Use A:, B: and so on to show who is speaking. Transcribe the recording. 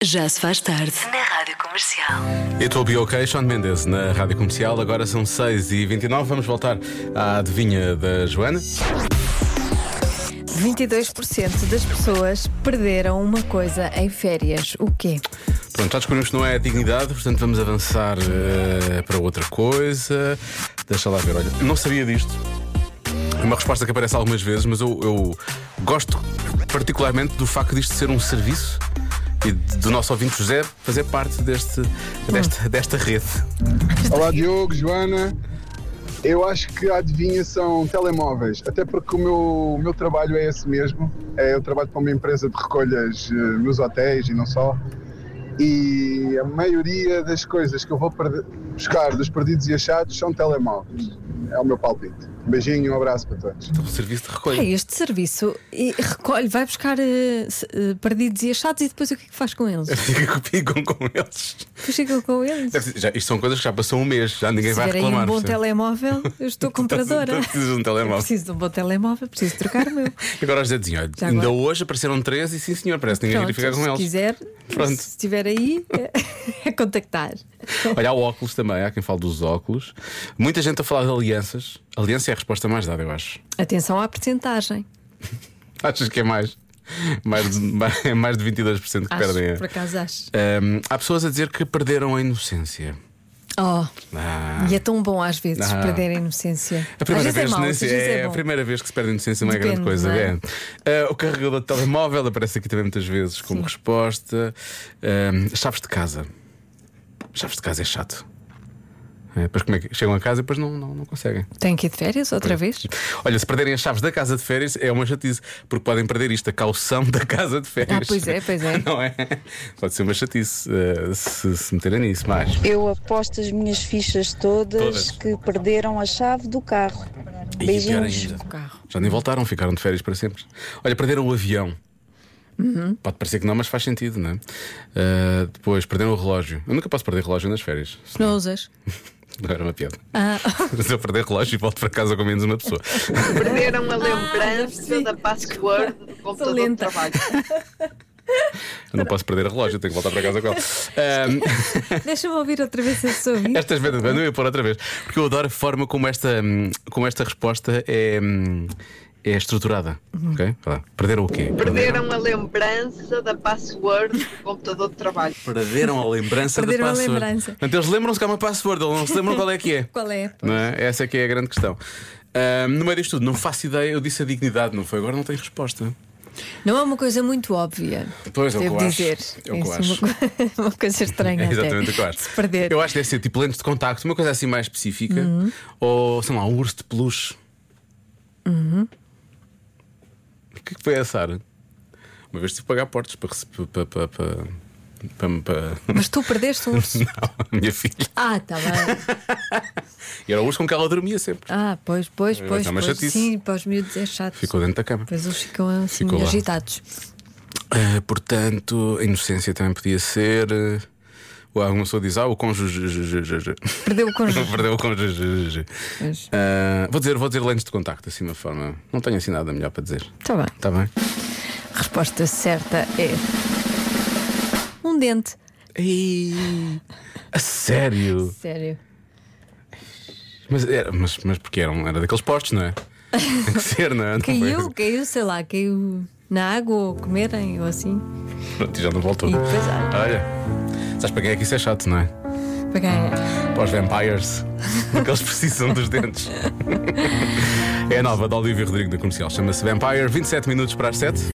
A: Já se faz tarde. Na Rádio Comercial.
B: Eu estou ok, Sean Mendes, na Rádio Comercial. Agora são 6h29. Vamos voltar à adivinha da Joana.
C: 22% das pessoas perderam uma coisa em férias. O quê?
B: Pronto, já descobrimos que não é a dignidade, portanto vamos avançar eh, para outra coisa. Deixa lá ver, olha, não sabia disto. É uma resposta que aparece algumas vezes, mas eu, eu gosto particularmente do facto disto ser um serviço e de- do nosso ouvinte José fazer parte deste, desta, desta rede.
D: Olá Diogo, Joana. Eu acho que a adivinha são telemóveis, até porque o meu, o meu trabalho é esse mesmo. É, eu trabalho para uma empresa de recolhas eh, nos hotéis e não só. E a maioria das coisas que eu vou perde- buscar dos perdidos e achados são telemóveis. É o meu palpite. Um beijinho e um abraço para todos.
B: Um serviço de
C: Ah,
B: recolha.
C: este serviço e recolhe, vai buscar eh, se- eh, perdidos e achados e depois o que é que faz com eles?
B: Ficam ficam com eles.
C: Tu chega com eles?
B: Deve ser- Já, isto são coisas que já passou um mês, já ninguém
C: Se
B: vai
C: tiver aí
B: reclamar.
C: um bom
B: percebe?
C: telemóvel, eu estou compradora.
B: Precisas de um
C: Eu
B: telemóvel.
C: preciso de um bom telemóvel, preciso trocar o meu.
B: E Agora os dedos, assim, olha,
C: Já
B: ainda
C: agora.
B: hoje apareceram três e sim senhor, parece que ninguém
C: Pronto,
B: queria ficar com
C: se
B: eles.
C: quiser,
B: Pronto.
C: se estiver aí, é contactar.
B: Olha, há óculos também, há quem fala dos óculos. Muita gente a falar de alianças. Aliança é a resposta mais dada, eu acho.
C: Atenção à percentagem.
B: Achas que é mais? Mais de, mais, é mais de 22% que
C: Acho,
B: perdem.
C: por acaso acho.
B: Ahm, há pessoas a dizer que perderam a inocência.
C: Oh,
B: Ah,
C: e é tão bom às vezes
B: Ah.
C: perder a inocência.
B: a primeira
C: às vezes é
B: vez,
C: mau,
B: nem
C: às
B: sei-
C: vezes
B: é
C: é
B: a
C: bom.
B: primeira vez que se perde a inocência não é grande
C: Depende,
B: coisa.
C: não é?
B: é. Ah, o carregador de telemóvel aparece aqui também muitas vezes como resposta. Ahm, chaves de casa. Chaves de casa é chato. É, depois como é que chegam a casa e depois não, não, não conseguem.
C: Tem que ir de férias outra vez?
B: Olha, se perderem as chaves da casa de férias é uma chatice, porque podem perder isto, a calção da casa de férias.
C: Ah, pois é, pois é.
B: Não é? Pode ser uma chatice eh, se, se meterem nisso, mas.
E: Eu aposto as minhas fichas todas,
B: Todas.
E: que perderam a chave do carro.
B: Ih, pior
E: Beijinhos.
B: ainda.
C: Carro.
B: Já nem voltaram, ficaram de férias para sempre. Olha, perderam o avião. Pode parecer que não, mas faz sentido, não é? Eh, depois, perderam o relógio. Eu nunca posso perder relógio nas férias.
C: Não usas?
B: Não era uma piada.
C: Ah,
B: Se eu perder relógio e volto para casa com menos uma pessoa.
F: Perderam a
C: Ah, já
F: lembrança
C: percebi.
F: da password do computador do
C: lenta.
F: trabalho.
B: Eu não posso perder relógio, eu tenho que voltar para casa com ela. Eh,
C: Deixa-me ouvir outra vez a sua vida.
B: Estas vendas, não ia pôr outra vez. Porque eu adoro a forma como esta, hum, como esta resposta é, hum, é estruturada. Ok? Vai lá. Perderam o quê?
F: Perderam a lembrança da password do computador do trabalho.
B: Perderam a lembrança
C: Perderam a
B: da password.
C: lembrança.
B: Portanto, eles lembram-se que há uma password, eles não se lembram qual é que é.
C: Qual é?
B: Não é? Essa é que é a grande questão. Ahm, no meio disto tudo, não faço ideia, eu disse a dignidade, não foi? Agora não tenho resposta.
C: Não é uma coisa muito óbvia.
B: Pois, é o que
C: devo
B: eu acho.
C: dizer.
B: É o que eu
C: assim Uma, co- uma coisa estranha.
B: É
C: até,
B: exatamente o que eu acho.
C: Se perder. Uhum.
B: Eu acho que deve ser tipo lentes de contacto, uma coisa assim mais específica. Ou, sei lá, um urso de peluche.
C: Uhum.
B: O que é que foi a Sara? Uma vez tive que pagar portas para receber. Para, para, para, para, para-
C: Mas tu perdeste um urso.
B: Não, a minha filha.
C: ah, tá bem.
B: E era o urso com que ela dormia sempre.
C: Ah, pois, pois, pois.
B: é uma
C: pois
B: chatice.
C: sim, para os miúdos é chato.
B: Ficou dentro da cama.
C: Pois eles ficam assim
B: Ficou lá.
C: agitados.
B: Ah, portanto, a inocência também podia ser. ah, Ou alguma pessoa diz, ah, o cônjuge.
C: Perdeu o cônjuge.
B: Perdeu o cônjuge.
C: Pois.
B: Ah, vou, dizer, vou dizer lentes de contacto, assim, de uma forma. Não tenho assim nada melhor para dizer.
C: Tá bem.
B: Está bem?
C: A resposta certa é. Um dente.
B: A sério?
C: Sério.
B: Mas, era, mas, mas porque eram, era daqueles postos, não é? Tem que ser, não é? Não foi-
C: Caiu, caiu, sei lá, caiu na água ou comerem ou assim.
B: Pronto, e já não voltou.
C: E depois, ah,
B: Olha, sabes para quem é que isso é chato, não é?
C: para ganhar.
B: Para os vampires, porque eles precisam dos dentes. É a nova da Olivia Rodrigo da comercial, chama-se Vampire, 27 minutos para as 7.